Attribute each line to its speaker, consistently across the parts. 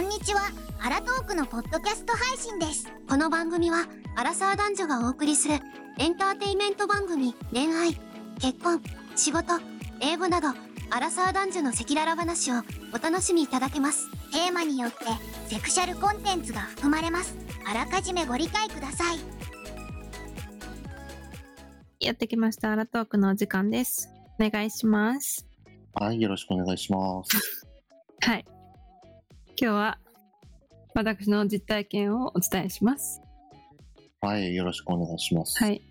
Speaker 1: んにちはアラトークのポッドキャスト配信ですこの番組はアラサー男女がお送りするエンターテイメント番組恋愛結婚仕事英語などアラサー男女の赤裸々話をお楽しみいただけますテーマによってセクシャルコンテンツが含まれますあらかじめご理解ください
Speaker 2: やってきました。アラトークのお時間です。お願いします。
Speaker 3: はい、よろしくお願いします。
Speaker 2: はい。今日は私の実体験をお伝えします。
Speaker 3: はい、よろしくお願いします。
Speaker 2: は。い。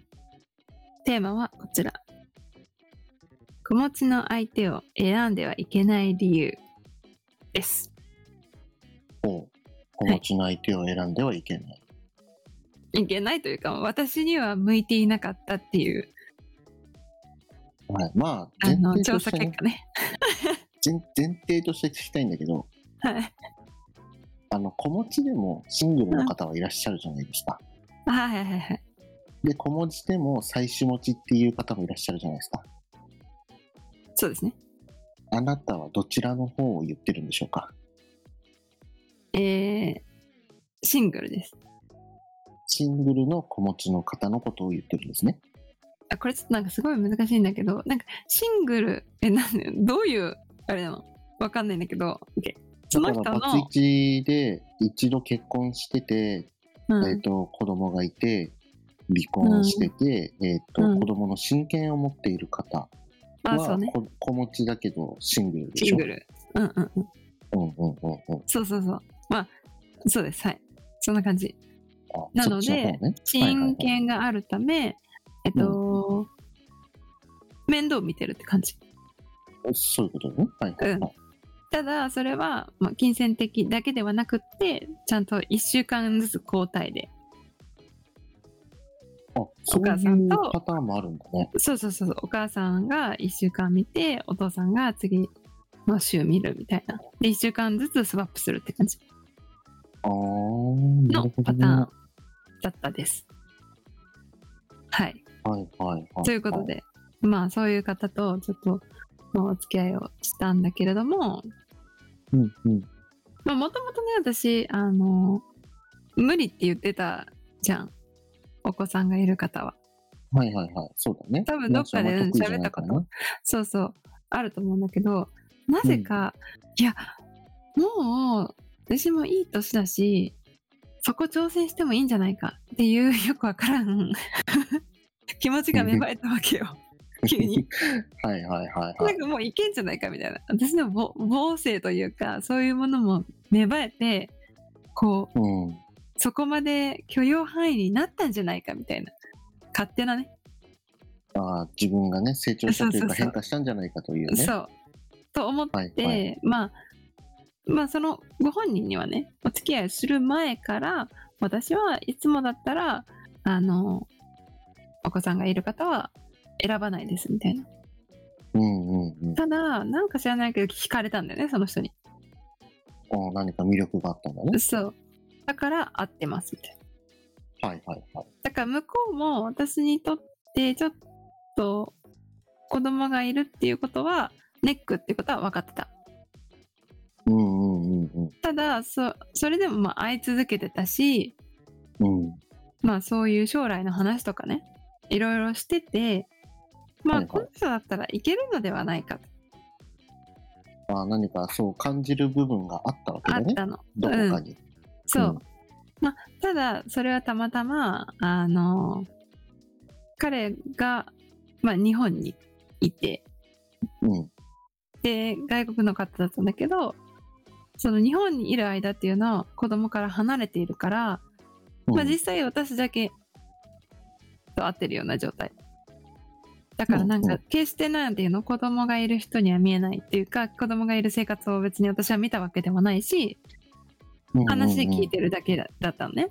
Speaker 2: テーマはこちら。子持ちの相手を選んではいけない理由です。
Speaker 3: おお持ちの相手を選んではいけない。
Speaker 2: いけないというか、私には向いていなかったっていう、
Speaker 3: はい、まあ、
Speaker 2: あ
Speaker 3: 前
Speaker 2: の、
Speaker 3: 提
Speaker 2: 調
Speaker 3: とし
Speaker 2: 査
Speaker 3: て、
Speaker 2: 結
Speaker 3: ね
Speaker 2: 果ね。
Speaker 3: 前、前提として聞きたいんだけど、
Speaker 2: はい。
Speaker 3: あの、子持ちでもシングルの方はいらっしゃるじゃないですか。
Speaker 2: あはいはいはい。
Speaker 3: で、子持ちでも妻子持ちっていう方もいらっしゃるじゃないですか。
Speaker 2: そうですね。
Speaker 3: あなたはどちらの方を言ってるんでしょうか
Speaker 2: えー、シングルです。
Speaker 3: シングルの子持ちの方のことを言ってるんですね。
Speaker 2: あこれちょっとなんかすごい難しいんだけどなんかシングルえなんでどういうあれなのわかんないんだけど OK その
Speaker 3: だ
Speaker 2: 人
Speaker 3: から、
Speaker 2: の、
Speaker 3: バツイチで一度結婚してて、
Speaker 2: うん
Speaker 3: えっと子供がいて離婚してて、えっと
Speaker 2: うん
Speaker 3: 子供の親権を持っている方
Speaker 2: あそ
Speaker 3: は、
Speaker 2: うね
Speaker 3: こ子持ちだけどシングルで
Speaker 2: シ
Speaker 3: し
Speaker 2: ン
Speaker 3: ょ
Speaker 2: グルうんうんうん
Speaker 3: うんうんうんうん
Speaker 2: そうそうそうまあそうですはいそんな感じ
Speaker 3: あ
Speaker 2: なので
Speaker 3: そっち方ねはいはいは
Speaker 2: 親
Speaker 3: い
Speaker 2: 権があるため、えっと、面倒見てるって感じ
Speaker 3: そういうことねはいはいはい、
Speaker 2: ただそれは、まあ、金銭的だけではなくってちゃんと1週間ずつ交代で
Speaker 3: あそう
Speaker 2: お母さん
Speaker 3: いう
Speaker 2: と
Speaker 3: パターンもあるんだね
Speaker 2: そうそうそうそうお母さんが1週間見てお父さんが次の週見るみたいなで1週間ずつスワップするって感じ
Speaker 3: ああな
Speaker 2: の
Speaker 3: るほど
Speaker 2: パ
Speaker 3: ね
Speaker 2: ターンだったですはい
Speaker 3: はいはいはい
Speaker 2: ということでまあそういう方とちょっとまあお付き合いをしたんだけれども
Speaker 3: うんうん
Speaker 2: まあもともとね私あの無理って言ってたじゃんお子さんがいる方は
Speaker 3: はいはいはいそうだね
Speaker 2: 多分どっかで
Speaker 3: なんあんま得意じゃないか
Speaker 2: 喋ったこ
Speaker 3: な
Speaker 2: そうそう、あると思うんだけど、なぜか、いや、もう、私もいい年だし、そこ挑戦してもいいんじゃないかっていうよくわからん 気持ちが芽生えたわけよ。急 に。
Speaker 3: はいはいはいは
Speaker 2: ないんかもういけんじゃないかみたいな。私のぼ母性というか、そういうものも芽生えて、こ
Speaker 3: うん
Speaker 2: う、そこまで許容範囲になったんじゃないかみたいな。勝手なね。
Speaker 3: あー自分がね成長したという
Speaker 2: そうそうそ
Speaker 3: か
Speaker 2: う
Speaker 3: 変化したんじゃないかというね
Speaker 2: そう。と思っ
Speaker 3: はい
Speaker 2: で、
Speaker 3: はい
Speaker 2: まあまあそのご本人にはねお付き合いする前から私はいつもだったらあのお子さんがいる方は選ばないですみたいな
Speaker 3: うんうんうん
Speaker 2: ただなんか知らないけど聞かれたんだよねその人に
Speaker 3: お何か魅力があったんだね。
Speaker 2: そうだから合ってますみたいな
Speaker 3: はいはいはい。
Speaker 2: だから向こうも私にとってちょっと子供がいるっていうことはネックっていうことは分かってた
Speaker 3: うんうんうん
Speaker 2: ただそそれでもまあ会い続けてたし
Speaker 3: うん。うん。
Speaker 2: まあそういう将来の話とかねいろいろしててま
Speaker 3: は
Speaker 2: あ
Speaker 3: いはい
Speaker 2: この人だったらいけるのではないかと
Speaker 3: あ何かそう感じる部分があったわけ
Speaker 2: あ
Speaker 3: だ
Speaker 2: っ
Speaker 3: ね。
Speaker 2: たの、
Speaker 3: どこかに。
Speaker 2: そう、
Speaker 3: うん
Speaker 2: まあただそれはたまたまあの彼が、まあ、日本にいて
Speaker 3: うん。
Speaker 2: で外国の方だったんだけどその日本にいる間っていうのは子供から離れているから、
Speaker 3: うん
Speaker 2: まあ、実際私だけと会ってるような状態だからなん
Speaker 3: うん
Speaker 2: か
Speaker 3: うん
Speaker 2: 決してなんていうの子供がいる人には見えないっていうか子供がいる生活を別に私は見たわけでもないし話聞いてるだけだだったのね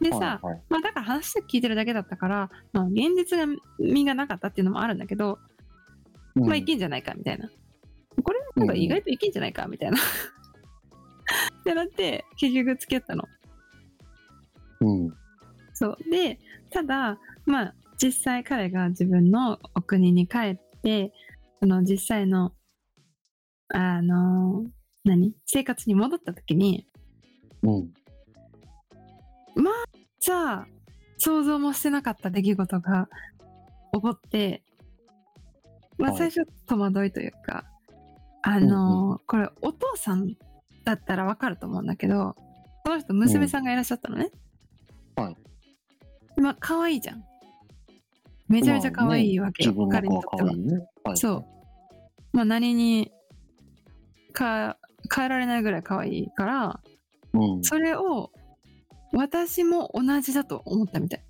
Speaker 2: で
Speaker 3: うんうんうん
Speaker 2: さ、
Speaker 3: はいはい
Speaker 2: まあ、だから話聞いてるだけだったから、まあ、現実が身がなかったっていうのもあるんだけど、
Speaker 3: うん
Speaker 2: まあいけんじゃないかみたいな。これなんか意外といけんじゃないかみた いな。ってなって、結局付き合ったの。
Speaker 3: うん。
Speaker 2: そう。で、ただ、まあ実際彼が自分のお国に帰って、その実際の、あの、何生活に戻った時に、
Speaker 3: うん。
Speaker 2: じゃあ、想像もしてなかった出来事が起こって、まあ、
Speaker 3: はい
Speaker 2: 最初戸惑いというか、あのこれお父さんだったらわかると思うんだけど、その人娘さんがいらっしゃったのね。
Speaker 3: はい。
Speaker 2: まあ、可愛いじゃん。めちゃめちゃ可愛いわけよ、
Speaker 3: まあね
Speaker 2: 彼
Speaker 3: 自
Speaker 2: にとって
Speaker 3: 分の子は可
Speaker 2: は
Speaker 3: 愛い。ね。はい。
Speaker 2: そう。まあ、何にか変えられないぐらい可愛いから、
Speaker 3: うん。
Speaker 2: それを私も同じだと思ったみたい。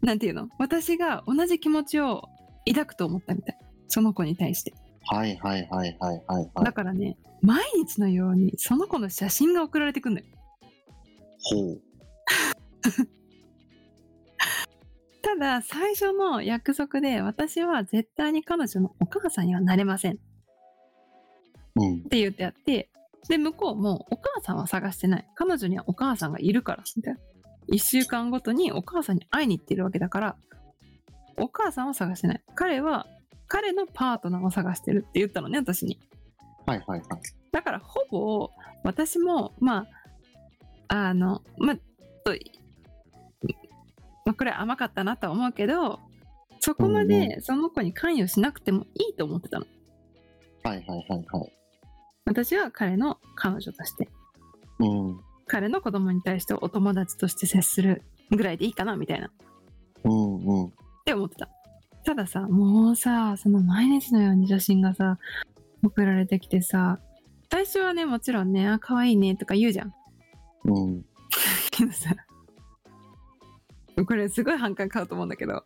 Speaker 2: なんていうの私が同じ気持ちを抱くと思ったみたい。その子に対して。
Speaker 3: はいはいはいはいはいは
Speaker 2: だ
Speaker 3: い。
Speaker 2: からね、毎日のようにその子の写真が送られてくるのよ。
Speaker 3: ほう。
Speaker 2: ただ、最初の約束で私は絶対に彼女のお母さんにはなれませんっ
Speaker 3: うん。
Speaker 2: て言ってやって、で、向こうもお母さんは探してない。彼女にはお母さんがいるから、みたいな。一週間ごとにお母さんに会いに行ってるわけだから、お母さんを探してない。彼は、彼のパートナーを探してるって言ったのね、私に。
Speaker 3: はいはいはい。
Speaker 2: だから、ほぼ、私も、まあ、あの、まあ、ちょっとまあ、これは甘かったなとは思うけど、そこま
Speaker 3: うん
Speaker 2: でその子に関与しなくてもいいと思ってたの。
Speaker 3: はいはいはいはい。
Speaker 2: 私は彼の彼女として、
Speaker 3: うん。
Speaker 2: 彼の子供に対してお友達として接するぐらいでいいかな、みたいな。
Speaker 3: うんうん。
Speaker 2: って思ってたたださもうさその毎日のように写真がさ送られてきてさ最初はねもちろんねあ可愛いねとか言うじゃん
Speaker 3: うん。
Speaker 2: けどさこれすごい反感買うと思うんだけど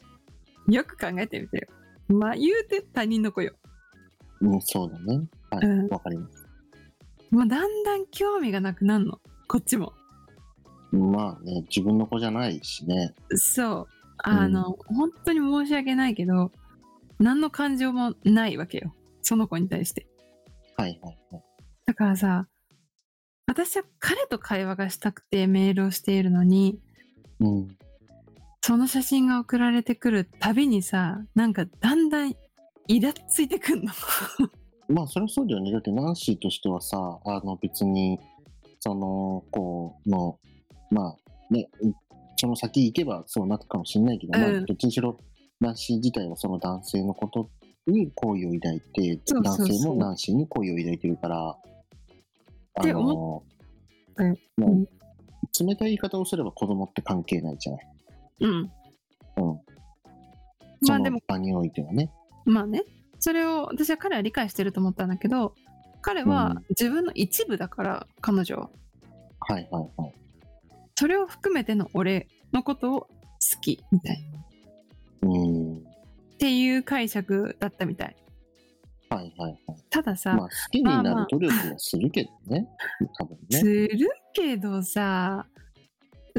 Speaker 2: よく考えてみてよまあ言うて他人の子よ
Speaker 3: うん、そうだね。はい。
Speaker 2: うん
Speaker 3: わかります。
Speaker 2: もうだんだん興味がなくなるのこっちも
Speaker 3: まあね、自分の子じゃないしね。
Speaker 2: そうあの、本当に申し訳ないけど何の感情もないわけよその子に対して
Speaker 3: はいはいはい。
Speaker 2: だからさ、私は彼と会話がしたくてメールをしているのに、
Speaker 3: うん。
Speaker 2: その写真が送られてくるたびにさ、なんかだんだんイラついてくんの。
Speaker 3: まあ、それはそうだよね。だって、ナンシーとしてはさ、あの、別に、その子の、まあ、ね、いその先行けばそうなったかもしれないけど、
Speaker 2: う
Speaker 3: ま
Speaker 2: ん
Speaker 3: あ、どっちにしろ、ナンシー自体はその男性のことに好意を抱いて、
Speaker 2: そうそうそう
Speaker 3: 男性もナンシーに好意を抱いてるから、
Speaker 2: って
Speaker 3: あの、
Speaker 2: たよ
Speaker 3: もう
Speaker 2: うん
Speaker 3: 冷たい言い方をすれば子供って関係ないじゃない。
Speaker 2: うん。
Speaker 3: うん。
Speaker 2: ま
Speaker 3: そ
Speaker 2: あで
Speaker 3: の
Speaker 2: も、
Speaker 3: 場においてはね。
Speaker 2: まあね、それを私は彼は理解してると思ったんだけど、彼は
Speaker 3: うん
Speaker 2: 自分の一部だから、彼女は。
Speaker 3: はいはいはい。
Speaker 2: それを含めての俺のことを好きみたい。
Speaker 3: うん。
Speaker 2: っていう解釈だったみたい。
Speaker 3: はいはいはい。
Speaker 2: たださ、
Speaker 3: まあ、好きに
Speaker 2: まあま
Speaker 3: な
Speaker 2: あ
Speaker 3: る努力はするけど ね。多分
Speaker 2: す
Speaker 3: ね。
Speaker 2: るけどさ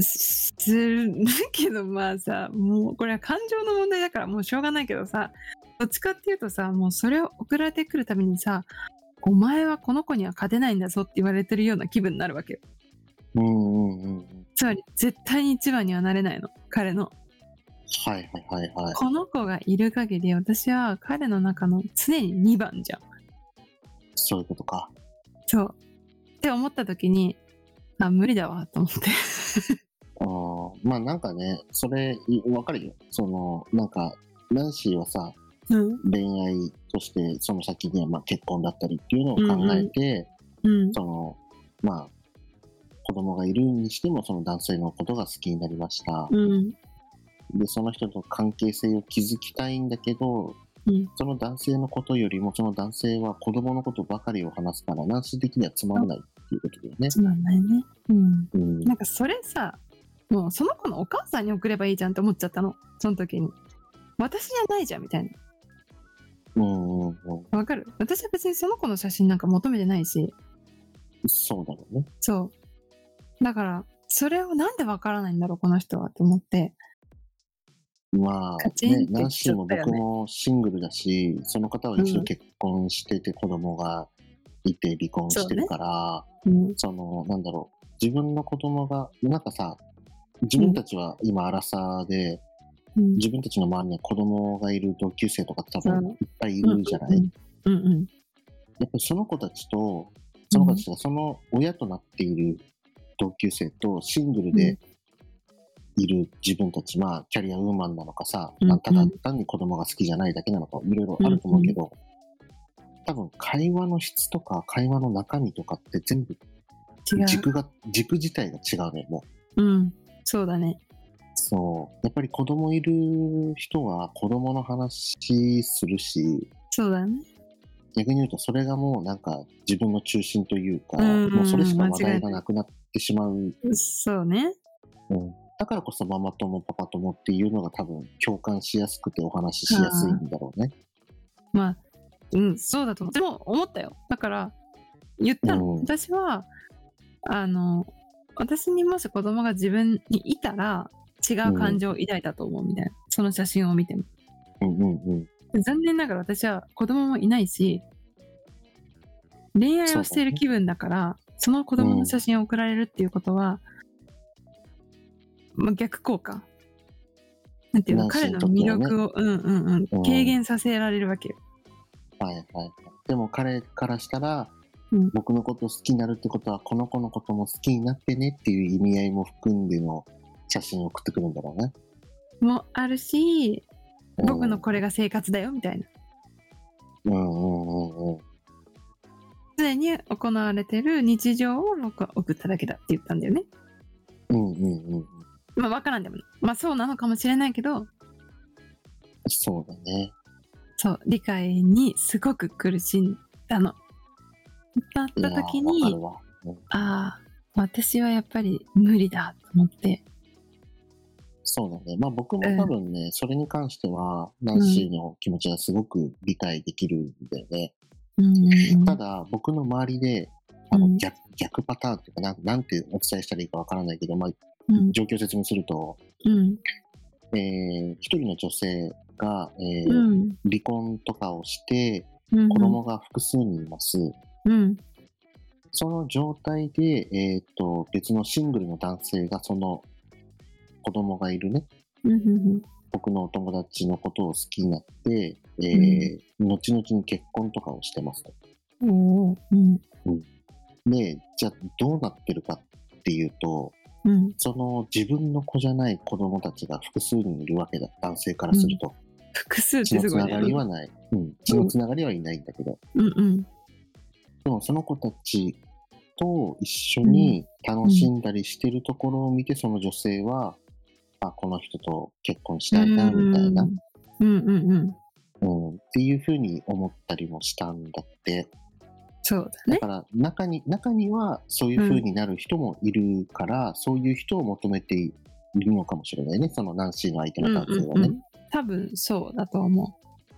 Speaker 2: すするけどまあさもうこれは感情の問題だからもうしょうがないけどさどっちかっていうとさもうそれを送られてくるためにさお前はこの子には勝てないんだぞって言われてるような気分になるわけよ
Speaker 3: うんうんうんうん。
Speaker 2: つまり絶対に一番にはなれないの彼の
Speaker 3: はいはいはいはい。
Speaker 2: この子がいる限り私は彼の中の常に2番じゃん
Speaker 3: そういうことか。
Speaker 2: そうって思った時にあ無理だわと思って
Speaker 3: あーまあなんかね、それ、いわかるよ。その、なんか、ナンシーはさ、
Speaker 2: うん
Speaker 3: 恋愛として、その先にはまあ結婚だったりっていうのを考えて、
Speaker 2: うん
Speaker 3: その、まあ、子供がいるにしても、その男性のことが好きになりました。
Speaker 2: うん
Speaker 3: で、その人と関係性を築きたいんだけど、
Speaker 2: うん
Speaker 3: その男性のことよりも、その男性は子供のことばかりを話すから、男子的にはつまんないっていうことだよね。
Speaker 2: つまんないねうん
Speaker 3: うん。
Speaker 2: なんかそれさ、もうその子のお母さんに送ればいいじゃんって思っちゃったの。その時に。私じゃないじゃんみたい
Speaker 3: うんうんうん。
Speaker 2: な。わかる私は別にその子の写真なんか求めてないし。
Speaker 3: そうだろうね。
Speaker 2: そう。だから、それをなんでわからないんだろう、この人はって思って。
Speaker 3: ま
Speaker 2: カ
Speaker 3: あ、
Speaker 2: チンって
Speaker 3: ね、ナンシーも
Speaker 2: きちゃったよ
Speaker 3: 僕
Speaker 2: ね
Speaker 3: もシングルだし、その方は一度結婚してて子供がいて離婚してるから、
Speaker 2: うん。
Speaker 3: その、なんだろう、自分の子供が、なんかさ、自分たちは今、アラサー
Speaker 2: う
Speaker 3: で、
Speaker 2: ん
Speaker 3: 自分たちの周りには子供がいる同級生とかって多
Speaker 2: そう
Speaker 3: 分いっぱいいるじゃない、
Speaker 2: うんうん。
Speaker 3: やっぱりその子たちと、その子たちがその親となっている同級生とシングルでいる自分たち、まあ、キャリアウーマンなのかさ、
Speaker 2: うん
Speaker 3: まあただ単に子供が好きじゃないだけなのか、いろいろあると思うけど、多分会話の質とか会話の中身とかって全部
Speaker 2: 違う。
Speaker 3: 軸が、軸自体が違うね、もう。
Speaker 2: うん。そうだね。
Speaker 3: そう。やっぱり子供いる人は子供の話するし、
Speaker 2: そうだね。
Speaker 3: 逆に言うとそれがもうなんか自分の中心というか、
Speaker 2: うん
Speaker 3: もうそれしか話題がなくなってしまう。
Speaker 2: そうね。
Speaker 3: うんだからこそママ友、パパ友っていうのが多分共感しやすくてお話ししやすいんだろうね。
Speaker 2: まあ、うん、そうだと思う。でも、思ったよ。だから、言ったの。
Speaker 3: うん
Speaker 2: 私は、あの、私にもし子供が自分にいたら、違う感情を抱いたと思うみたいな。その写真を見ても。
Speaker 3: うんうんうん。
Speaker 2: 残念ながら私は子供もいないし、恋愛をしている気分だから、その子供の写真を送られるっていうことは、まあ、逆効果。なんていうの、
Speaker 3: 男
Speaker 2: 彼
Speaker 3: 子
Speaker 2: の
Speaker 3: にとって
Speaker 2: 魅
Speaker 3: はね
Speaker 2: 力を、うんうんう
Speaker 3: うん
Speaker 2: ん、軽減させられるわけよ。
Speaker 3: はいはいはい。でも彼からしたら、
Speaker 2: うん
Speaker 3: 僕のこと好きになるってことはこの子のことも好きになってねっていう意味合いも含んでの写真を送ってくるんだろうね。
Speaker 2: もあるし、
Speaker 3: うん
Speaker 2: 僕のこれが生活だよみたいな。
Speaker 3: うんうんうんうん。
Speaker 2: すでに行われてる日常を僕は送っただけだって言ったんだよね。
Speaker 3: うんうんうんうん。
Speaker 2: まあ、わからんでもない。まあ、そうなのかもしれないけど、
Speaker 3: そうだね。
Speaker 2: そう、理解にすごく苦しんだの。だった時
Speaker 3: いやー
Speaker 2: に、
Speaker 3: わかるわ。うん
Speaker 2: ああ、私はやっぱり無理だと思って。
Speaker 3: そうだね。まあ僕も多分ね、それに関しては、ナンシーの気持ちはすごく理解できるんだよね。
Speaker 2: うんうんうん
Speaker 3: ただ、僕の周りで、あの
Speaker 2: うん
Speaker 3: 逆逆パターンっていうかなん、なんてお伝えしたらいいかわからないけど、まあ、
Speaker 2: うん
Speaker 3: 状況を説明すると、
Speaker 2: うん
Speaker 3: えー、一人の女性が、えー
Speaker 2: うん
Speaker 3: 離婚とかをして、
Speaker 2: うん
Speaker 3: 子供が複数人います。
Speaker 2: うん
Speaker 3: その状態で、えーっと、別のシングルの男性がその子供がいるね、
Speaker 2: うんうん
Speaker 3: 僕のお友達のことを好きになって、えー後々に結婚とかをしてますと。
Speaker 2: うんおおうん
Speaker 3: で、じゃあどうなってるかっていうと、
Speaker 2: うん
Speaker 3: その自分の子じゃない子供たちが複数人いるわけだ、男性からすると。
Speaker 2: 複数って
Speaker 3: 血の
Speaker 2: す
Speaker 3: つ
Speaker 2: ごい
Speaker 3: な
Speaker 2: ね
Speaker 3: がりはない。うん、血のつながりはいないんだけど、
Speaker 2: うんうん
Speaker 3: でもその子たちと一緒に楽しんだりしてるところを見て、その女性は、あ、この人と結婚したいな、みたいな、
Speaker 2: うんうんうん
Speaker 3: うん、っていうふうに思ったりもしたんだって。
Speaker 2: そうだ
Speaker 3: だ
Speaker 2: ね
Speaker 3: から中に、中にはそういう風になる人もいるから、そういう人を求めているのかもしれないね、そのナンシーの相手
Speaker 2: う
Speaker 3: の
Speaker 2: ん
Speaker 3: 男性は
Speaker 2: うんう
Speaker 3: ね。
Speaker 2: ん多分そうだと思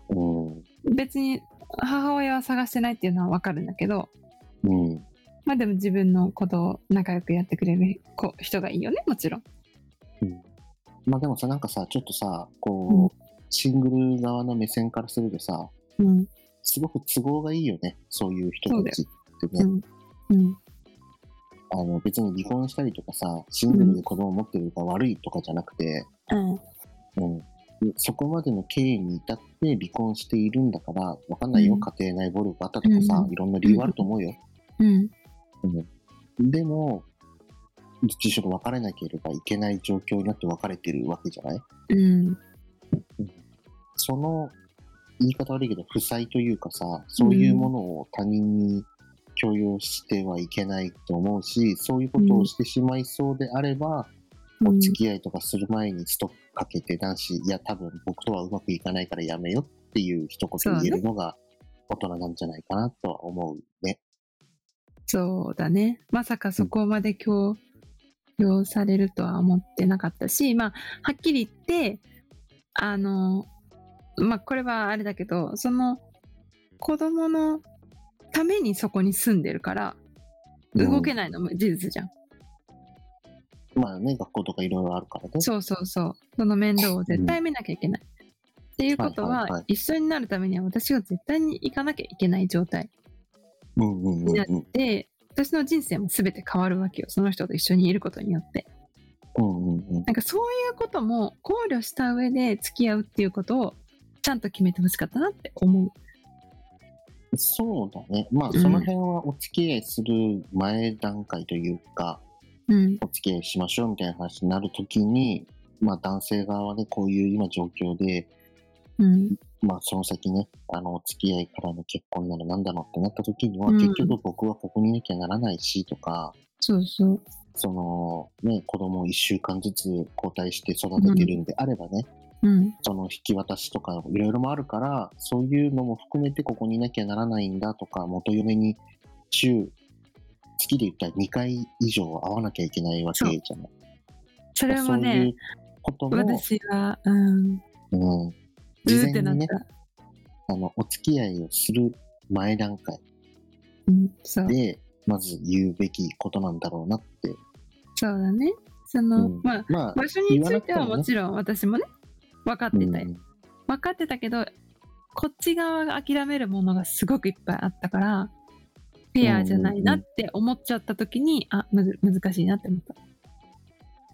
Speaker 3: うん。
Speaker 2: う別に母親は探してないっていうのはわかるんだけど
Speaker 3: うん。
Speaker 2: まあでも自分のことを仲良くやってくれる子人がいいよねもちろん
Speaker 3: うんまあでもさ、なんかさ、ちょっとさ、こう、シングル側の目線からするとさ、
Speaker 2: うん
Speaker 3: すごく都合がいいよね、そういう人たちって
Speaker 2: う
Speaker 3: ね。
Speaker 2: んうん
Speaker 3: あの別に離婚したりとかさ、シングルで子供を持ってるが悪いとかじゃなくて、
Speaker 2: うん
Speaker 3: うん、そこまでの経緯に至って離婚しているんだから、わかんないよ、
Speaker 2: うん
Speaker 3: 家庭内暴力があったとかさ、
Speaker 2: うん
Speaker 3: いろんな理由あると思うよ。
Speaker 2: うん
Speaker 3: でも、一緒に別れなければいけない状況になって別れてるわけじゃない
Speaker 2: うん
Speaker 3: その言い方悪いけど、負債というかさ、そういうものを他人に強要してはいけないと思うし、そういうことをしてしまいそうであれば、
Speaker 2: うん
Speaker 3: お付き合いとかする前にストップかけて、男子、いや、多分僕とはうまくいかないからやめよっていう一
Speaker 2: そう
Speaker 3: 言
Speaker 2: ね
Speaker 3: 言えるのが大人なんじゃないかなとは思うね。
Speaker 2: そうだね。まさかそこまで強要されるとは思ってなかったし、まあ、はっきり言って、あの、まあ、これはあれだけど、その、子供のためにそこに住んでるから、動け
Speaker 3: い。
Speaker 2: ないのも事実じゃん。
Speaker 3: まあね、学校とかいろいろあるからね。
Speaker 2: そうそうそう。その面倒を絶対見なきゃいけない。っていうこと
Speaker 3: はいはいは、
Speaker 2: はい一緒になるためには私が絶対に行かなきゃいけない状態
Speaker 3: うんうんうんうん。
Speaker 2: で、私の人生も全て変わるわけよ。その人と一緒にいることによって。
Speaker 3: うんうんうん。
Speaker 2: なんかそういうことも考慮した上で付き合うっていうことをちゃんと決めてほしかったなって思う。
Speaker 3: そうだね。まあ、
Speaker 2: うん
Speaker 3: その辺はお付き合いする前段階というか、
Speaker 2: うん。
Speaker 3: お付き合いしましょうみたいな話になるときに、まあ、男性側はね、こういう今状況で、
Speaker 2: うん。
Speaker 3: まあ、その先ね、あの、お付き合いからの結婚なのなんだのってなったときには、
Speaker 2: うん
Speaker 3: 結局僕はここにいなきゃならないしとか、
Speaker 2: そうそう。
Speaker 3: その、ね、子供を1週間ずつ交代して育ててるんであればね、
Speaker 2: うん。
Speaker 3: その引き渡しとかいろいろもあるから、そういうのも含めてここにいなきゃならないんだとか、元嫁に週、月で言ったら2回以上会わなきゃいけないわけじゃない。
Speaker 2: それも
Speaker 3: そうい
Speaker 2: ね
Speaker 3: う、ことも、
Speaker 2: 私は、うん。
Speaker 3: うん、
Speaker 2: う
Speaker 3: 事
Speaker 2: ー
Speaker 3: 前
Speaker 2: ってなっ
Speaker 3: にね
Speaker 2: た。
Speaker 3: あの、お付き合いをする前段階
Speaker 2: うん。そう。
Speaker 3: で、まず言うべきことなんだろうなって。
Speaker 2: そうだね。その、
Speaker 3: うん
Speaker 2: まあ、
Speaker 3: まあ、
Speaker 2: 場所についてはもちろん私もね、分かってたよ。
Speaker 3: うん
Speaker 2: 分かってたけど、こっち側が諦めるものがすごくいっぱいあったから、フェアじゃないなって思っちゃった時に、あ、むず難しいなって思った。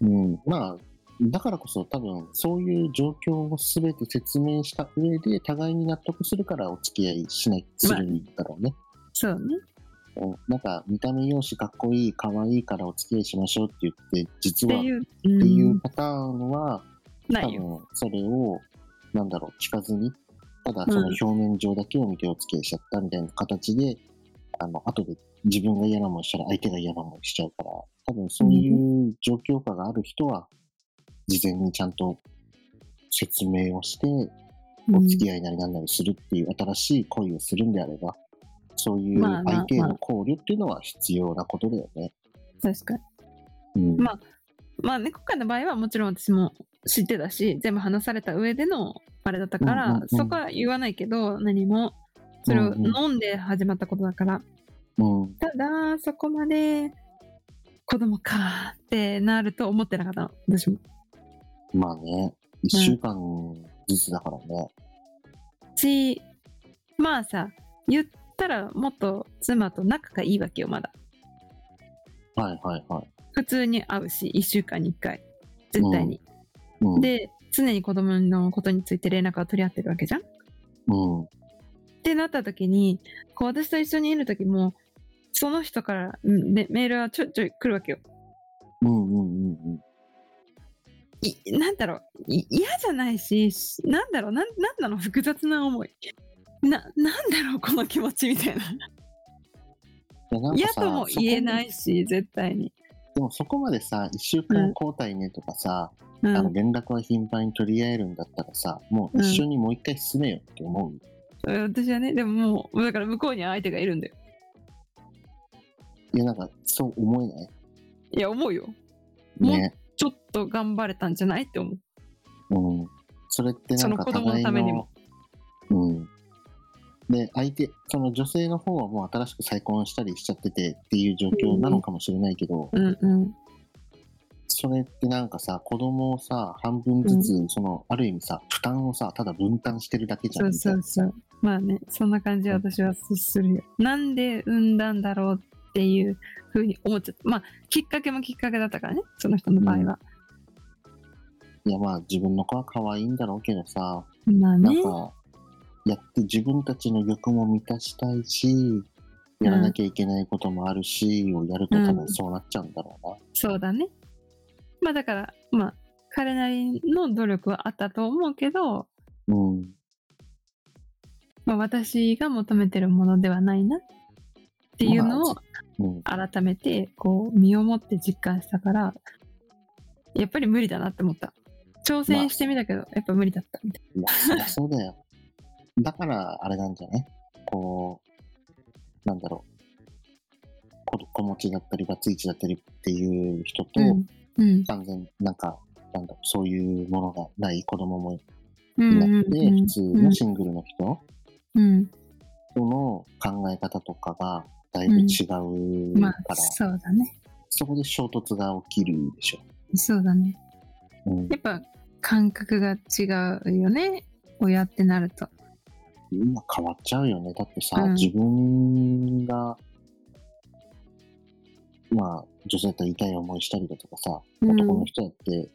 Speaker 3: うん、まあだからこそ多分そういう状況を全て説明した上で互いに納得するからお付き合いしないするんだろうね、
Speaker 2: そうね。
Speaker 3: うんなんか見た目容姿かっこいいかわいいからお付き合いしましょうって言って実
Speaker 2: って
Speaker 3: はっ
Speaker 2: いう、、
Speaker 3: ていううんパターンは、
Speaker 2: な
Speaker 3: 多
Speaker 2: いよ。
Speaker 3: 分それをなんだろう聞かずにただその
Speaker 2: うん
Speaker 3: 表面上だけを見てお付き合いしちゃったみたいな形で、あの後で自分が嫌な思いしたら相手が嫌な思いしちゃうから多分そういう状況下がある人は事前にちゃんと説明をしてお付き合いなりなんなりするっていう新しい恋をするんであればそういう
Speaker 2: まあまあ
Speaker 3: 相手への考慮っていうのは必要なことだよね。
Speaker 2: うん確かに。
Speaker 3: うん
Speaker 2: まあまあね、今回の場合はもちろん私も知ってたし、全部話された上でのあれだったから、
Speaker 3: うんうんうん
Speaker 2: そこは言わないけど、何も。それを
Speaker 3: うんうん
Speaker 2: 飲んで始まったことだから。
Speaker 3: うん
Speaker 2: ただ、そこまで子供かってなると思ってなかったの、私も。
Speaker 3: まあね1週間ずつだからね。
Speaker 2: し、まあさ、言ったらもっと妻と仲がいいわけよ、まだ。
Speaker 3: はいはいはい。
Speaker 2: 普通に会うし、1週間に1回。絶対に。
Speaker 3: うん、
Speaker 2: で、常に子供のことについて連絡を取り合ってるわけじゃん。
Speaker 3: うん、
Speaker 2: ってなった時にこう私と一緒にいる時もその人からうんでメールはちょいちょい来るわけよ。
Speaker 3: うんうんうんうん。
Speaker 2: いなんだろうい嫌じゃないししなんだろうなんなんなの複雑な思い。ななんだろうこの気持ちみたいな
Speaker 3: でなん
Speaker 2: 嫌
Speaker 3: かさ
Speaker 2: とも言えな
Speaker 3: そこ
Speaker 2: いし絶対に、
Speaker 3: でもそこまでさ、1週間交代ねとかさ、
Speaker 2: うん、
Speaker 3: あの連絡は頻繁に取り合えるんだったらさ、もう一緒にもう一回進めよって思う。
Speaker 2: 私はねでももうだから向こうには相手がいるんだよ
Speaker 3: いや、なんかそう思えない。
Speaker 2: いや思うよ
Speaker 3: ね。
Speaker 2: ちょっと頑張れたんじゃないって思う
Speaker 3: うん。それってなんか
Speaker 2: その子供の
Speaker 3: 互い
Speaker 2: た
Speaker 3: の。
Speaker 2: めにも
Speaker 3: うん。で、相手、その女性の方はもう新しく再婚したりしちゃっててっていう状況なのかもしれないけど、
Speaker 2: うんうん
Speaker 3: それってなんかさ、子供をさ、半分ずつ、その、ある意味さ、負担をさ、ただ分担してるだけじゃ
Speaker 2: そ
Speaker 3: ん。
Speaker 2: うそうそうまあねそんな感じは私はするよなんで産んだんだろうっていうふうに思っちゃったまあきっかけもきっかけだったからねその人の場合は、
Speaker 3: いやまあ自分の子は可愛いんだろうけどさ、
Speaker 2: まあ
Speaker 3: な
Speaker 2: ね
Speaker 3: んか、やって自分たちの欲も満たしたいし、やらなきゃいけないこともあるし、をやると多分そうなっちゃうんだろうな。
Speaker 2: そうだねまあだからまあ彼なりの努力はあったと思うけど、
Speaker 3: うん。
Speaker 2: まあ、私が求めてるものではないなっていうのを
Speaker 3: うん。
Speaker 2: 改めてこう身をもって実感したからやっぱり無理だなって思った挑戦してみたけど、やっぱ無理だったみたい
Speaker 3: いや、そり ゃそうだよ。だから、あれなんじゃないこう、なんだろう。子子持ちだったり、バツイチだったりっていう人と、
Speaker 2: な、うん
Speaker 3: 完全、なんか、なんだろう、そういうものがない子供もい
Speaker 2: うん
Speaker 3: な
Speaker 2: うん
Speaker 3: くて、普通
Speaker 2: うん
Speaker 3: のシングルの人、
Speaker 2: うん
Speaker 3: 人の考え方とかがだいぶ違うから、
Speaker 2: まあそうだね
Speaker 3: そこで衝突が起きるでしょ。
Speaker 2: そうだね
Speaker 3: うん
Speaker 2: やっぱ感覚が違うよね親ってなると
Speaker 3: 今変わっちゃうよね。だってさ、
Speaker 2: うん
Speaker 3: 自分が、まあ、女性と痛い思いしたりだとかさ、
Speaker 2: うん
Speaker 3: 男の人だって、ね、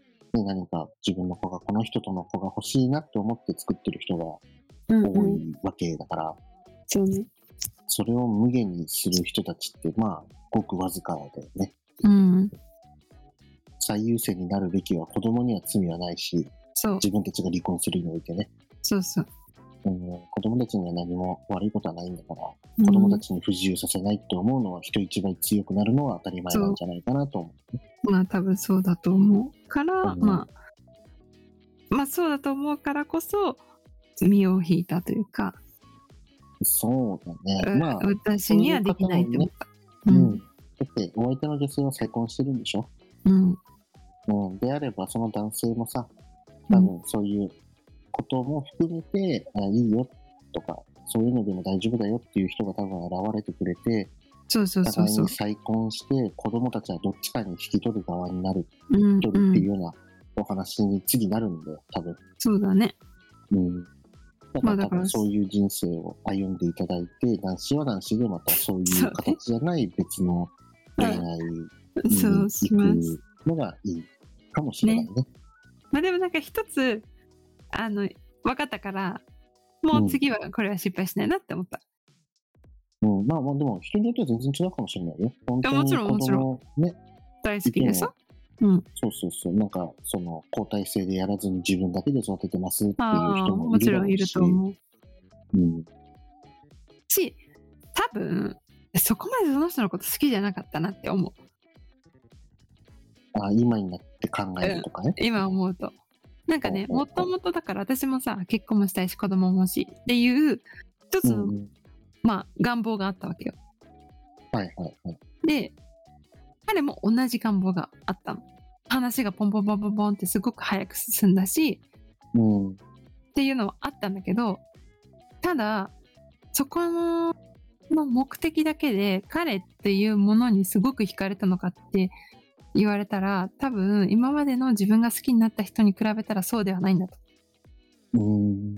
Speaker 3: 何か自分の子が、この人との子が欲しいなって思って作ってる人が
Speaker 2: うん
Speaker 3: 多いわけだから、
Speaker 2: そうね
Speaker 3: それを無限にする人たちって、まあ、ごくわずかだよね。
Speaker 2: うん。
Speaker 3: 最優先になるべきは子供には罪はないし、
Speaker 2: そう、
Speaker 3: 自分たちが離婚するにおいてね、
Speaker 2: そうそう。
Speaker 3: うん、子供たちには何も悪いことはないんだから、
Speaker 2: うん
Speaker 3: 子供たちに不自由させないって思うのは人一倍強くなるのは当たり前なんじゃないかなと思う。
Speaker 2: まあ多分そうだと思うから、
Speaker 3: うん
Speaker 2: まあ、まあそうだと思うからこそ、身を引いたというか、
Speaker 3: そうだ
Speaker 2: う
Speaker 3: ね。まあ、
Speaker 2: 私にはできないって思った。う
Speaker 3: う。
Speaker 2: んん
Speaker 3: だって、お相手の女性は再婚してるんでしょ
Speaker 2: うん。
Speaker 3: うん。であれば、その男性もさ、
Speaker 2: う
Speaker 3: 多
Speaker 2: ん
Speaker 3: 分そういうことも含めて、あいいよとか、そういうのでも大丈夫だよっていう人が多分現れてくれて、
Speaker 2: そうそうそ
Speaker 3: 互
Speaker 2: う
Speaker 3: い
Speaker 2: そう
Speaker 3: に。再婚して、子供たちはどっちかに引き取る側になる、
Speaker 2: うん、
Speaker 3: 取
Speaker 2: う。
Speaker 3: るっていうんようなお話に次なるんだよ、多分。
Speaker 2: そうだね。
Speaker 3: うん。だか
Speaker 2: まあ
Speaker 3: ら
Speaker 2: だ
Speaker 3: 多
Speaker 2: から
Speaker 3: 分そういう人生を歩んでいただいて、男子は男子でまたそういう形じゃない別の恋愛に
Speaker 2: そう
Speaker 3: 行
Speaker 2: します。
Speaker 3: くのがいいかもしれないね。
Speaker 2: まあでもなんか一つ、あの、分かったから、もう次はこれは失敗しないなって思った。
Speaker 3: うん、まあまあでも人によっては全然違うかもしれないよ。本当に
Speaker 2: もちろんもちろん
Speaker 3: 子供ね、
Speaker 2: 大好きでしょ
Speaker 3: そうそうそう、なんかその交代制でやらずに自分だけで育ててますっていう
Speaker 2: ああ、
Speaker 3: 人も
Speaker 2: も
Speaker 3: い
Speaker 2: ち
Speaker 3: る
Speaker 2: ろ
Speaker 3: だろ
Speaker 2: ん
Speaker 3: う
Speaker 2: いる
Speaker 3: し
Speaker 2: と、思う。
Speaker 3: うん、
Speaker 2: し、多分、そこまでその人のこと好きじゃなかったなって思う。
Speaker 3: あ今になって考えるとかね。
Speaker 2: 今思うと。なんかね、
Speaker 3: ほうほ
Speaker 2: も
Speaker 3: うほう
Speaker 2: ともとだから私もさ、結婚もしたいし子供も欲しいっていう、一つ
Speaker 3: う
Speaker 2: の、
Speaker 3: んうん、
Speaker 2: まあ願望があったわけよ。
Speaker 3: はいはいはい。
Speaker 2: で、彼も同じ願望があったの。話がポンポンポンポンポンってすごく早く進んだし、
Speaker 3: うん、
Speaker 2: っていうのはあったんだけど、ただ、そこの、の目的だけで彼っていうものにすごく惹かれたのかって言われたら、多分今までの自分が好きになった人に比べたらそうではないんだと。
Speaker 3: うん、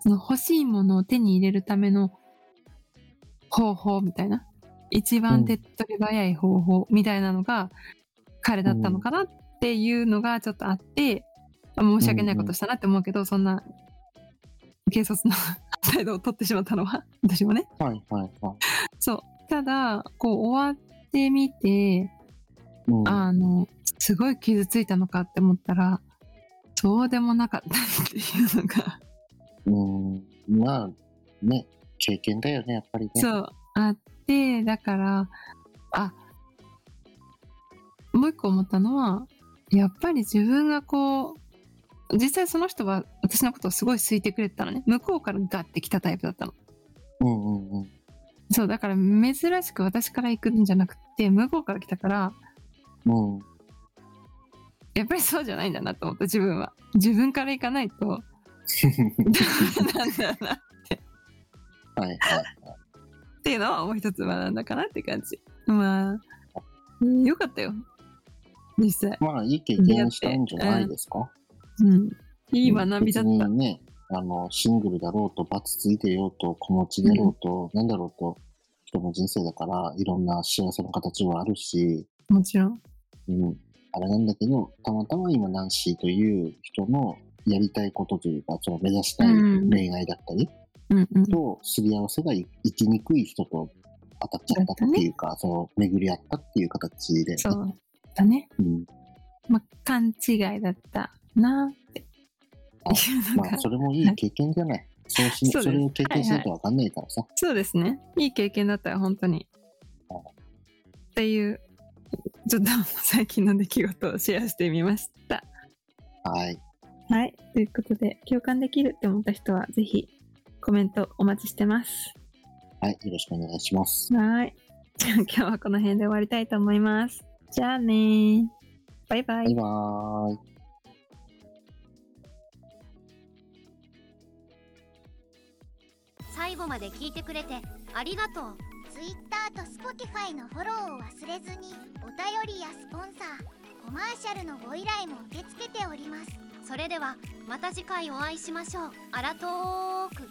Speaker 2: その欲しいものを手に入れるための方法みたいな一
Speaker 3: う
Speaker 2: 番
Speaker 3: ん
Speaker 2: 手っ取り早い方法みたいなのが彼だったのかなっていうのがちょっとあって、あ申し訳ないことしたなって思うけど、そんな軽率な態度を取ってしまったのは私もね
Speaker 3: はいはいはい。
Speaker 2: そうただこう終わってみて
Speaker 3: うん、
Speaker 2: あのすごい傷ついたのかって思ったらそうでもなかったっていうのが
Speaker 3: うん、まあね、経験だよね、やっぱりね。
Speaker 2: そう、あって、だから、あ、もう一個思ったのは、やっぱり自分がこう、実際その人は私のことをすごい好いてくれてたのね。向こうからガッて来たタイプだったの。
Speaker 3: うんうんうん。
Speaker 2: そう、だから珍しく私から行くんじゃなくて、向こうから来たから、
Speaker 3: うん、
Speaker 2: やっぱりそうじゃないんだなと思った、自分は。自分から行かないと、なんだなっ
Speaker 3: はいはい。
Speaker 2: ていうのはもう一つ学んだかなって感じ。まあ、よかったよ。実際。
Speaker 3: まあ、いい経験したんじゃないですか。
Speaker 2: うん。いい学びだっ
Speaker 3: 別
Speaker 2: た。
Speaker 3: にね、あの、シングルだろうと、バツついてようと、子持ちでろうと、なんだろうと、人の人生だから、いろんな幸せの形はあるし、
Speaker 2: もちろん。
Speaker 3: うん、あれなんだけど、たまたま今、ナンシーという人のやりたいことというか、その目指したい
Speaker 2: うん
Speaker 3: 恋愛だったり、
Speaker 2: うんうん。
Speaker 3: とすり合わせがい生きにくい人と当たっちゃったっていうか、その巡り合ったっていう形で、
Speaker 2: そうだね。
Speaker 3: うん
Speaker 2: まあ、勘違いだったなって。いうの
Speaker 3: ま
Speaker 2: が
Speaker 3: あ、それもいい経験じゃない。そうし
Speaker 2: そうです
Speaker 3: それを経験しないとわかんないからさ。
Speaker 2: そうですね。いい経験だったよ、本当に。っていう、ちょっと最近の出来事をシェアしてみました。
Speaker 3: はい。
Speaker 2: はい。ということで、共感できるって思った人は、ぜひコメントお待ちしてます。
Speaker 3: はい。よろしくお願いします。
Speaker 2: はい。じゃあ今日はこの辺で終わりたいと思います。じゃあねー。バイバイ
Speaker 3: バイ。バーイ。
Speaker 1: 最後まで聞いてくれてありがとう Twitter と Spotify のフォローを忘れずにお便りやスポンサーコマーシャルのご依頼も受け付けておりますそれではまた次回お会いしましょうあらとーく